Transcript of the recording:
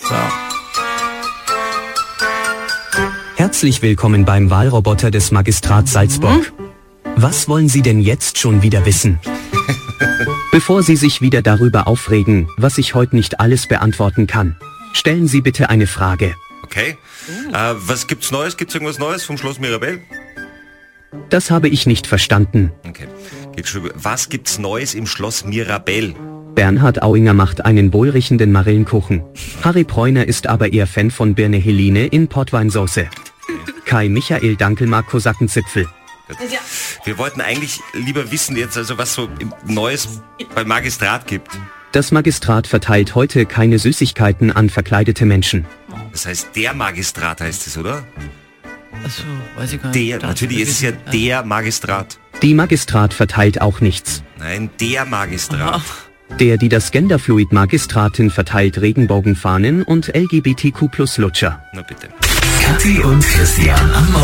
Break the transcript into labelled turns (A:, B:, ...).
A: So. Herzlich willkommen beim Wahlroboter des Magistrats Salzburg. Was wollen Sie denn jetzt schon wieder wissen? Bevor Sie sich wieder darüber aufregen, was ich heute nicht alles beantworten kann, stellen Sie bitte eine Frage.
B: Okay. Äh, was gibt's Neues? Gibt's irgendwas Neues vom Schloss Mirabell?
A: Das habe ich nicht verstanden.
B: Okay. Geht schon gut. Was gibt's Neues im Schloss Mirabell?
A: Bernhard Auinger macht einen wohlriechenden Marillenkuchen. Harry Preuner ist aber eher Fan von Birne Helene in Portweinsauce. Kai Michael Dankelmark Kosackenzipfel.
B: Wir wollten eigentlich lieber wissen jetzt, also was so im- Neues beim Magistrat gibt.
A: Das Magistrat verteilt heute keine Süßigkeiten an verkleidete Menschen.
B: Das heißt, der Magistrat heißt es, oder?
C: Achso, weiß ich gar nicht.
B: Der,
C: Da-
B: natürlich ist es ja der Magistrat.
A: Die Magistrat verteilt auch nichts.
B: Nein, der Magistrat.
A: Der, die das Genderfluid Magistratin verteilt Regenbogenfahnen und LGBTQ Lutscher.
B: Na bitte.
D: Kathi und Christian am Morgen.